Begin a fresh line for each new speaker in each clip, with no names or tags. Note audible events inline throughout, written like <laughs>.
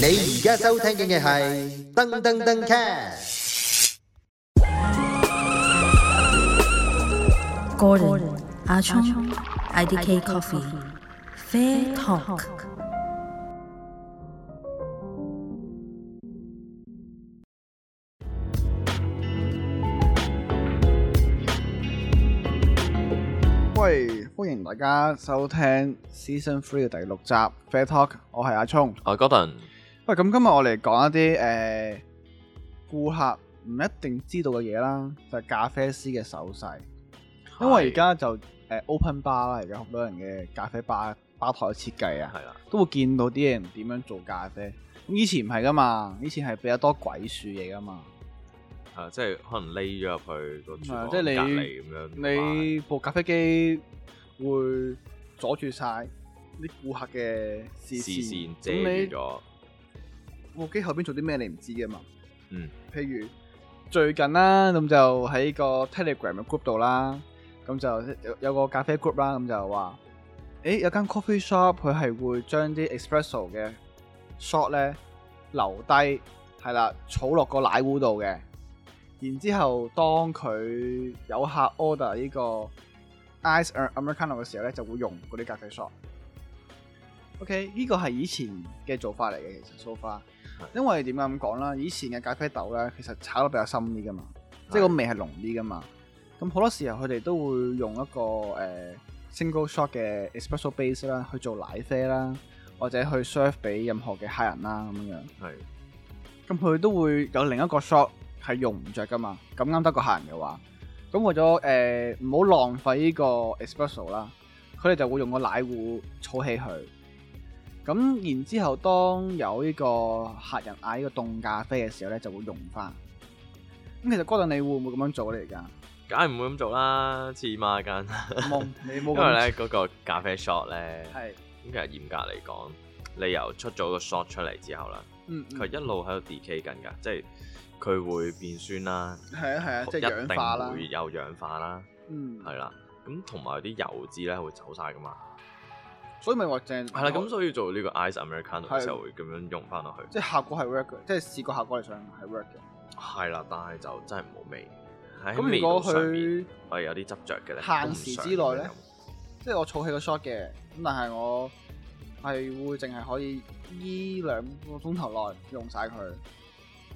你而家收聽嘅係噔噔噔 cast。
Gordon 阿聰 IDK Coffee Fair Talk。
喂，歡迎大家收聽 Season Three 嘅第六集 Fair Talk，我係阿聰。
啊，Gordon，
喂，咁今日我嚟講一啲誒、呃、顧客唔一定知道嘅嘢啦，就係、咖啡師嘅手勢。因為而家就誒、呃 open bar 啦，而家好多人嘅咖啡吧吧台嘅設計啊，
係啦，
都會見到啲人點樣做咖啡。咁以前唔係噶嘛，以前係比較多鬼樹嘢噶嘛。
啊，即係可能匿咗入去個廚
啊
房
即係
隔
你
離咁樣，
你部咖啡機會阻住晒啲顧客嘅視
視線
線，
遮
咁
住咗，
你部機後邊做啲咩你唔知嘅嘛？
嗯，
譬如最近啦，咁就喺個 Telegram 嘅 group 度啦，咁就有有個咖啡 group 啦，咁就話，誒有間 coffee shop 佢係會將啲 espresso 嘅 shot 咧留低，係啦，儲落個奶壺度嘅。然之後，當佢有客 order 呢個 ice americano 嘅時候咧，就會用嗰啲咖啡 shot。OK，呢個係以前嘅做法嚟嘅，其實 so far。因為點解咁講啦？以前嘅咖啡豆咧，其實炒得比較深啲噶嘛，即係個味係濃啲噶嘛。咁好多時候佢哋都會用一個誒、呃 single shot 嘅 espresso base 啦，去做奶啡啦，或者去 serve 俾任何嘅客人啦咁樣。
係
咁佢都會有另一個 shot 係用唔着噶嘛。咁啱得個客人嘅話，咁為咗呃誒唔好浪費呢個 espresso 啦，佢哋就會用個奶壺儲起佢。咁然之後，當有呢個客人嗌呢個凍咖啡嘅時候咧，就會用翻。咁其實嗰陣你會唔會咁樣做咧？而
<laughs>
家
梗係唔會咁做啦，黐孖筋。
冇，你冇
因
咁
為咧嗰個咖啡 shot 咧，
係
咁其實嚴格嚟講，你由出咗個 shot 出嚟之後啦，
嗯嗯
佢一路喺度 decay 緊㗎，即係佢會變酸啦，
係啊係啊，即係
一
氧化啦
定，會有氧化啦，
嗯
係啦，咁同埋啲油脂咧會走晒㗎嘛，
所以咪話正
係啦，咁所以做呢個 ice americano
係
嘅時候會咁樣用翻落去。
即係效果係 work 嘅，即係試過效果嚟上係 work 嘅。
係啦，但係就真係冇味。
咁
喺味
如
道
果
上面，
佢
我係有啲執着嘅咧。
限時之內咧，即係我儲起個 shot 嘅，咁但係我係會淨係可以依兩個鐘頭內用晒佢。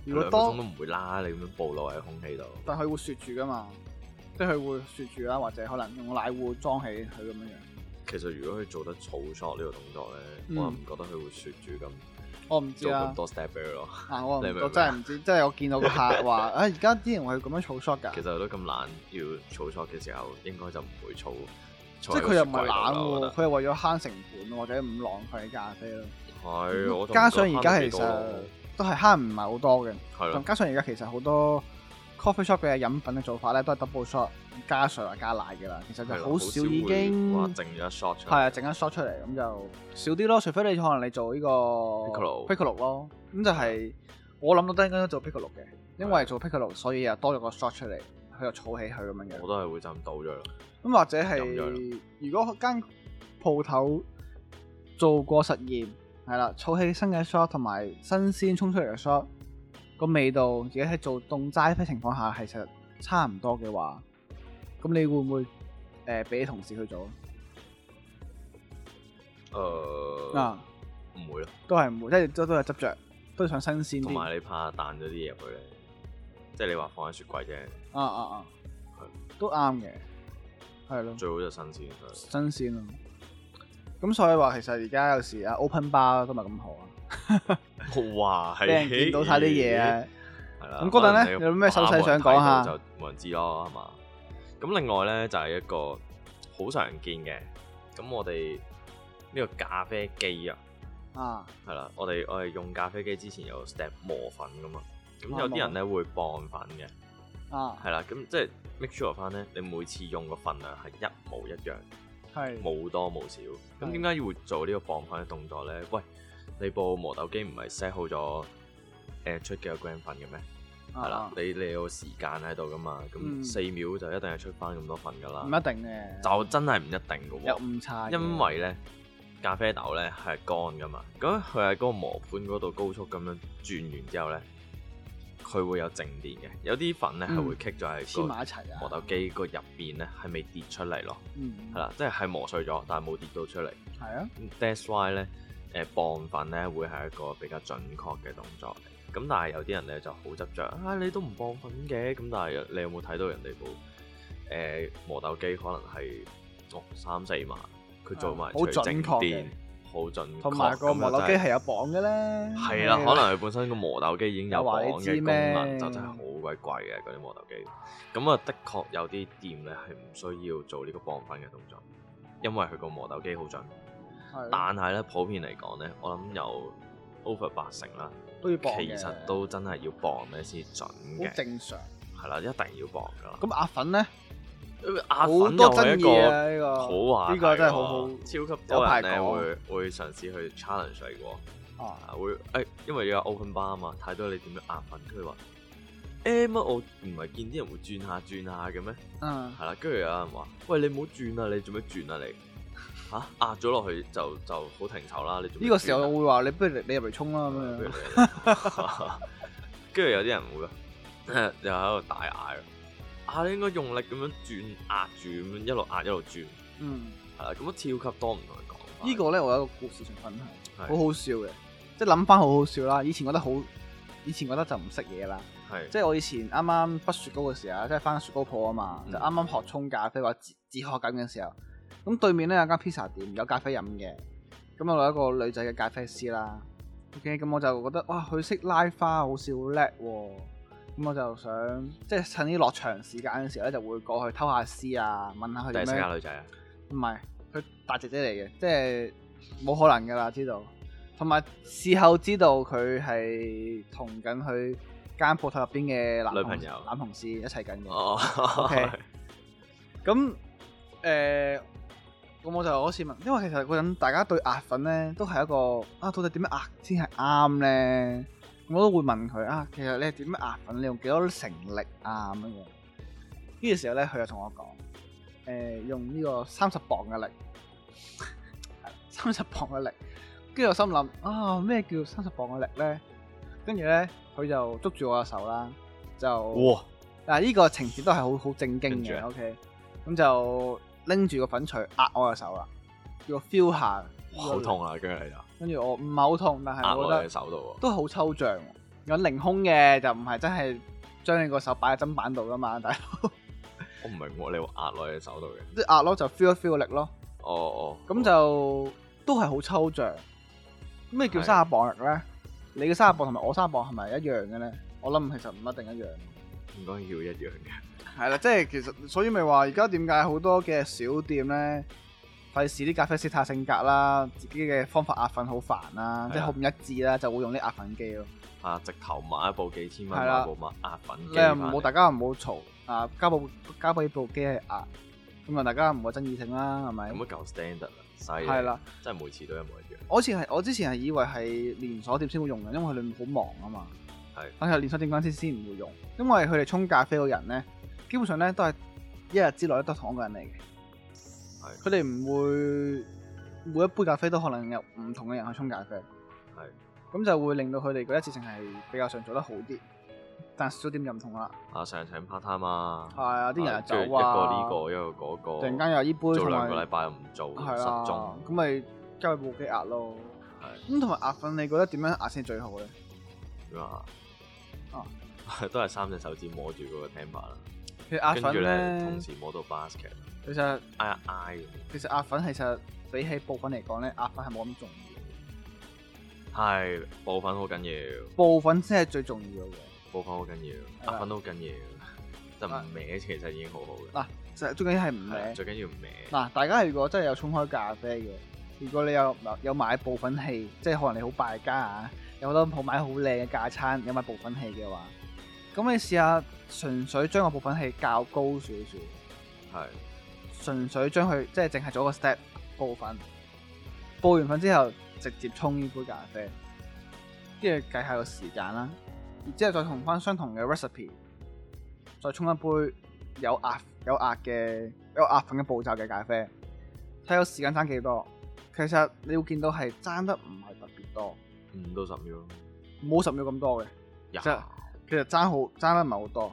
如
如果
果當都
當
唔會啦，你咁樣暴露喺空氣度。
但佢會雪住噶嘛，即係佢會雪住啊啦，或者可能用奶壺裝起佢咁樣樣。
其實如果佢做得草索呢個動作咧，
嗯
我又唔覺得佢會雪住咁
我唔知啊
做
啦
咁，多 step 俾佢咯。
啊我唔
你明唔明
我真係唔知，即係我見到個客話，啊而家啲人會咁樣儲 shot 㗎
其，實佢都咁懶，要草索嘅時候應該就唔會草。即
即係佢又唔係
啊
懶喎，佢係為咗慳成本或者唔浪費咖啡咯。
係啊我都唔覺得
加上而家
慳得幾
其
多
實都係慳唔係好多嘅。
係
咁
啦，
加上而家其實好多 coffee shop 嘅飲品嘅做法咧，都係 double shot 加水或加奶嘅啦。其實
係啦
就好少已經
會話剩咗一 shot 出嚟
係啊，整一 shot 出嚟咁就少啲咯。除非你可能你做呢個
Piccolo 啊
piccolo 咯，咁就係我諗到都應該做 piccolo 嘅，因為
係啊
做 piccolo 所以又多咗個 shot 出嚟，佢就儲起佢咁樣
我
樣。
都係會就咁倒咗
啊
咯。
咁或者
飲咗
係如果間鋪頭做過實驗，係啦，儲起新嘅 shot 同埋新鮮沖出嚟嘅 shot 個味道，而家喺做凍齋啡情況下，其實差唔多嘅話，咁你會唔會誒俾、同事去做
誒，
啊？
呃唔會咯。
都係唔會，即係都都係執着，都想新鮮
同
啲。
埋你怕彈咗啲嘢入去咧，即係你話放喺雪櫃啫，
啊啊啊，都啱嘅，係咯。
最好就新鮮佢。
新鮮咯。咁所以話其實而家有時啊 open bar 都唔係咁好啊，
<laughs> 哇，係
<laughs> 俾人見到晒啲嘢啊，
係啦。
咁嗰陣
可能你
咧有咩手勢想講啊下
打冇人睇到就冇人知咯，係嘛？咁另外咧就係、一個好常見嘅，咁我哋呢個咖啡機啊，
啊，
係啦，我哋我哋用咖啡機之前有 step 磨粉噶嘛，咁
啊
有啲人
磨
咧會磅粉嘅，
啊，
係啦，咁即係 make sure 翻咧，你每次用個份量係一模一樣。
係
冇多冇少。咁點解要做呢個磅粉嘅動作咧？喂，你部磨豆機唔係 set 好咗誒出幾個 gram 粉嘅咩？係啦
啊，
你你有個時間喺度噶嘛？
嗯
咁四秒就一定係出翻咁多粉噶
唔
啦
一，定嘅，
就真係唔一定嘅
有
喎。
誤差嘅，
啊因為咧，咖啡豆咧係乾噶嘛，咁佢喺嗰個磨盤嗰度高速咁樣轉完之後咧，佢會有靜電嘅，有啲粉咧係
嗯
會棘咗喺
黐
個
埋一齊啊，
磨豆機個入邊咧係未跌出嚟咯，
嗯
係，啦，即係係磨碎咗，但係冇跌到出嚟。
係啊，
That's why 咧，誒磅粉咧會係一個比較準確嘅動作嚟。咁但係有啲人咧就好執着，啊你都唔磅粉嘅，咁但係你有冇睇到人哋部誒磨豆機可能係哦三四萬，佢做埋
好
除
準確
靜
嘅
電，好準確。啊
同埋個磨豆機係有磅嘅咧，啊
係啊啦，可能佢本身個磨豆機已經有磅
又話你知
嘅功
咩
能，就真係好鬼貴嘅嗰啲磨豆機。咁啊，的確有啲店咧係唔需要做呢個磅粉嘅動作，因為佢個磨豆機好準。
嗯係啊
但係咧，普遍嚟講咧，我諗有 over 八成啦，
都要磅嘅
其實都真係要磅咧先準
好
嘅，
正常。
係啦，一定要磅噶啦。
咁壓粉咧，
壓
好
粉
多
又
爭
係一
議
個
啊！呢個
好話題喎，
呢個真係好好
超級
有
多
排
人咧
講
會會嘗試去 challenge 你喎。
啊，
啊會誒、因為有 open bar 啊嘛，睇到你點樣壓粉，佢話誒乜我唔係見啲人會轉下轉下嘅咩？
嗯，
係啦，跟住有人話：喂，你唔好轉啊！你做咩轉啊你？嚇、壓咗落去就就好停手啦！你做
呢
咩
個時候
轉啊
我會話你不如你入嚟衝啦咁
不如
樣，
你嚟跟住有啲人會 <clears throat> 㗎又喺度大嗌咯，啊你應該用力咁樣轉壓住咁樣一路壓一路轉，
嗯。
係啦，咁樣超級多唔同嘅講法。
呢個咧，我有一個故事想分享，好
係
好笑嘅，即係諗翻好好笑啦。以前覺得好，以前覺得就唔識嘢啦。
係
即係我以前啱啱畢雪糕嘅時候啊，即係翻雪糕鋪啊嘛，
嗯
就啱啱學沖咖啡或者自自學緊嘅時候，咁對面咧有間 pizza 店有咖啡飲嘅，咁我有一個女仔嘅咖啡師啦。OK，咁我就覺得哇，佢識拉花，好似好叻喎。咁我就想即係趁啲落場時間嘅時候咧，就會過去偷下師啊，問下佢
第
點
四
樣
家女仔啊，
唔係，佢大姐姐嚟嘅，即係冇可能噶啦，知道。同埋事後知道佢係同緊佢間鋪頭入邊嘅男
女
同
朋友
男同事一齊緊嘅。
<laughs> 哦
OK 咁誒，呃咁、我就開始問，因為其實嗰陣大家對壓粉咧都係一個啊，到底點樣壓先係啱咧？我都會問佢啊，其實你係點樣壓粉？你用幾多成力啊咁樣嘅？呢個時候咧，佢就同我講，誒、用呢個三十磅嘅力，三十磅嘅力。跟住我心諗啊，咩叫三十磅嘅力咧？跟住咧，佢就捉住我嘅手啦，就
哇，
嗱，呢個情節都係好好正經
跟住
嘅
啊
，OK，咁就拎住個粉錘壓我嘅手啦，叫我 feel 下，
哇好，痛啊！跟住你就
跟住我唔係好痛，但
壓
係我
落
覺
你
得
手度
都好抽象喎，有凌空嘅就唔係真係將你個手擺喺砧板度噶嘛， <laughs> 但係
喎，我唔明喎，你話壓落你手度嘅，
即係壓咯就 feel 一 feel 個力咯，
哦哦，
咁就都係好抽象。咩叫三十磅力咧？你嘅三十磅同埋我三十磅係咪一樣嘅咧？我諗其實唔一定一樣。
應該要一樣嘅，
係啦，即係其實所以咪話而家點解好多嘅小店咧，費事啲咖啡師太性格啦，自己嘅方法壓粉好煩啦，
係啊
即係好唔一致啦，就會用啲壓粉機咯。
啊直頭買一部幾千蚊
係啦
買部乜壓粉機
你又
返
唔
嚟，
好大家唔好嘈啊，交部交俾部機去壓，咁啊大家唔會爭議性啦，係咪
咁？啊夠 standard 啦，犀利
係啦，
真係每次都一模一樣。
我以前係我之前係以為係連鎖店先會用嘅，因為佢哋好忙啊嘛。
係
但係連鎖店間先先唔會用，因為佢哋沖咖啡嘅人咧，基本上咧都係一日之內都係同一個人嚟嘅。
係
佢哋唔會每一杯咖啡都可能有唔同嘅人去沖咖啡，
係
咁就會令到佢哋嗰一次性係比較上做得好啲。但小店就唔同啦，
啊上日請 part time 啊，
係啊，啲人
啊跟
又
住
走啊，
一個呢個一個嗰個，
突然間又依杯
做
同
兩個禮
埋
拜又唔做，
係
失
啦，
蹤，
咁咪交俾部機壓咯。
係
咁同埋壓粉，你覺得點樣壓先最好咧？
點啊
哦？
<laughs> 都係三隻手指摸住嗰個 temper 啦，
其實壓
跟住
粉
咧同
咧，
時摸到 basket，
其實
挨啊挨咁
其實壓粉其實比起布粉嚟講咧，壓粉係冇咁重要嘅，
樣，係部分好緊要，
布粉先係最重要嘅。
部分好緊
係
要，
啦
壓粉都好緊要，但唔歪其實已經好好嘅，
嗱，就最緊要係唔
係
歪
啊。最緊要唔歪，
嗱，大家如果真係有沖開咖啡嘅，如果你有有買部分器，即係可能你好敗家啊，有好多鋪買好靚嘅架餐，有買部分器嘅話，咁你試下純粹將個部分器較高少少，
係
純粹將佢即係淨係做一個 step 部分，布完粉之後直接沖呢杯咖啡，跟住計下個時間啦，然之後再同翻相同嘅 recipe，再沖一杯有壓有壓嘅有壓粉嘅步驟嘅咖啡，睇個時間差幾多，其實你會見到係爭得唔係特別多，
五到十秒咯。
冇十秒咁多嘅，
呀
即係其實爭好爭得唔係好多。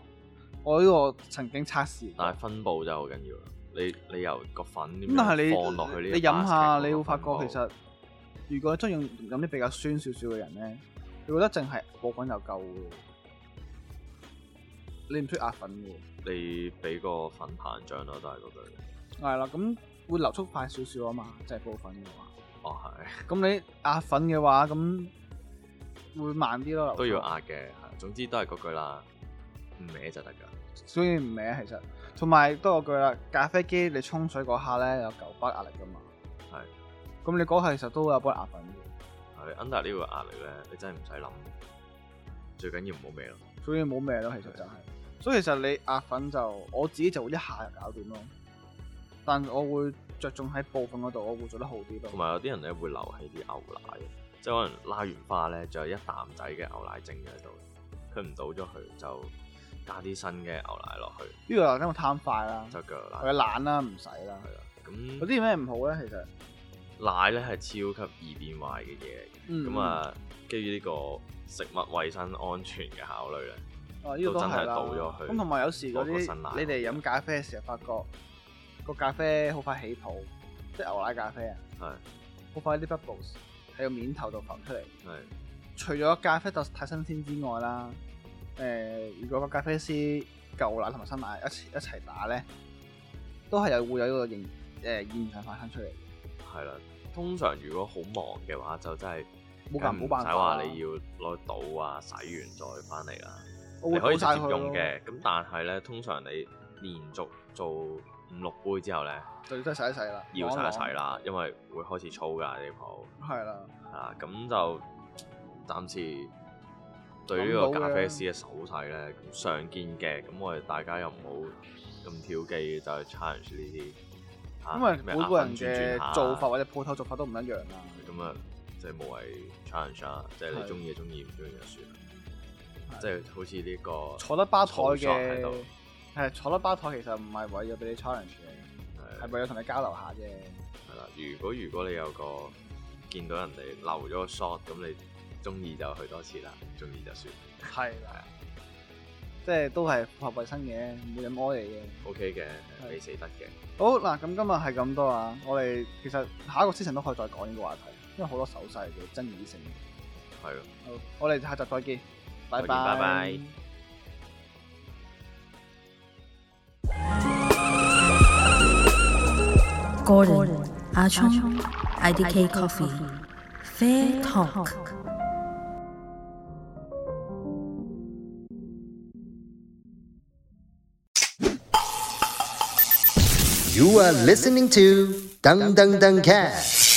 我呢個曾經測試過，
但係分佈就好緊要啦。你你由個粉點
咁但係
樣放落去
你
呢個
你飲下，你會
basket
發覺
嗰個分佈
其實如果真係用飲啲比較酸少少嘅人咧，你覺得淨係冇粉就夠嘅，你唔需要壓粉嘅喎。
你俾個粉膨脹咯，都係嗰句。
係啦，咁會流速快少少啊嘛，即係部分嘅話。
哦，
<laughs>
係
咁你壓粉嘅話，咁會慢啲咯。流速
都要，壓嘅，係總之都係嗰句啦，唔歪就得㗎。
所以唔歪其實。同埋多嗰句啦，咖啡機你沖水嗰下咧有九巴壓力噶嘛。
係。
咁你嗰下其實都會有幫你壓粉嘅，
係你 under 呢個壓力咧，你真係唔使諗，最緊要唔好歪咯。
所以冇咩咯，其實就係、所以其實你壓粉就我自己就會一下就搞掂咯，但我會着重喺部分嗰度，我會做得好啲
同
咯。
埋有啲人咧會留起啲牛奶，即係可能拉完花咧，仲有一啖仔嘅牛奶精喺度，佢唔倒咗佢就加啲新嘅牛奶落去，
呢個因為貪快啦，
就腳
或者
奶。
懶啦，唔使啦。
係啦，
有
咁
啲咩唔好咧？其實，
奶咧係超級易變壞嘅嘢嚟嘅。
嗯
咁，啊，基於呢個食物衞生安全嘅考慮咧，
哦，呢個都係啦。
都真係倒咗佢
咁同埋有時嗰
嗰個辛辣
啲你哋飲咖啡嘅時候，發覺個咖啡好快起泡，即係牛奶咖啡啊，
係
好快啲 bubbles 喺個面頭度浮出嚟。
係
除咗咖啡豆太新鮮之外啦，誒、如果個咖啡師舊奶同埋新奶一齊一齊打咧，都係有會有呢個現誒、現象發生出嚟。
係啦。通常如果好忙嘅話，就真係
冇辦冇辦
唔使
法
話
啦，
你要攞倒啊，洗完再翻嚟啊啦。
我會
你可以直
倒晒
接
佢咯
用，嘅，咁但係咧，通常你連續做五六杯之後咧，
就要真係洗一洗啦，
要晒一
洗
齊，啦，因為會開始粗㗎呢鋪，
係啦。
係啦，咁就暫時對呢個咖啡師嘅手勢咧，咁常見嘅，咁我哋大家又唔好咁挑機，就係 challenge 呢啲，啊
因為每
咩
個人
壓分轉轉下
嘅做法或者鋪頭做法都唔一樣啦。
咁啊，即係無謂 challenge 啦，即係
係
你中意就中意，唔中意就算啦，
係
即係好似呢個
坐得吧台
草率喺
嘅
度
係坐得吧台，其實唔係為咗俾你 challenge 嘅，
係
係為咗同你交流下啫。
係啦，如果如果你有個見到人哋留咗個 shot，咁你中意就去多次啦，唔中意就算。
係啦，即係都係符合衞生嘅，唔會飲屙嚟嘅。
OK 嘅，
係
未死得嘅。
好嗱，咁今日係咁多啊。我哋其實下一個 season 都可以再講呢個話題，因為好多手勢嘅爭議性。
係咯。
好，我哋下集再見，拜拜，
再見拜拜。
Gordon, Achong, IDK Coffee, Fair Talk.
You are listening to Dung Dung Dung Cat.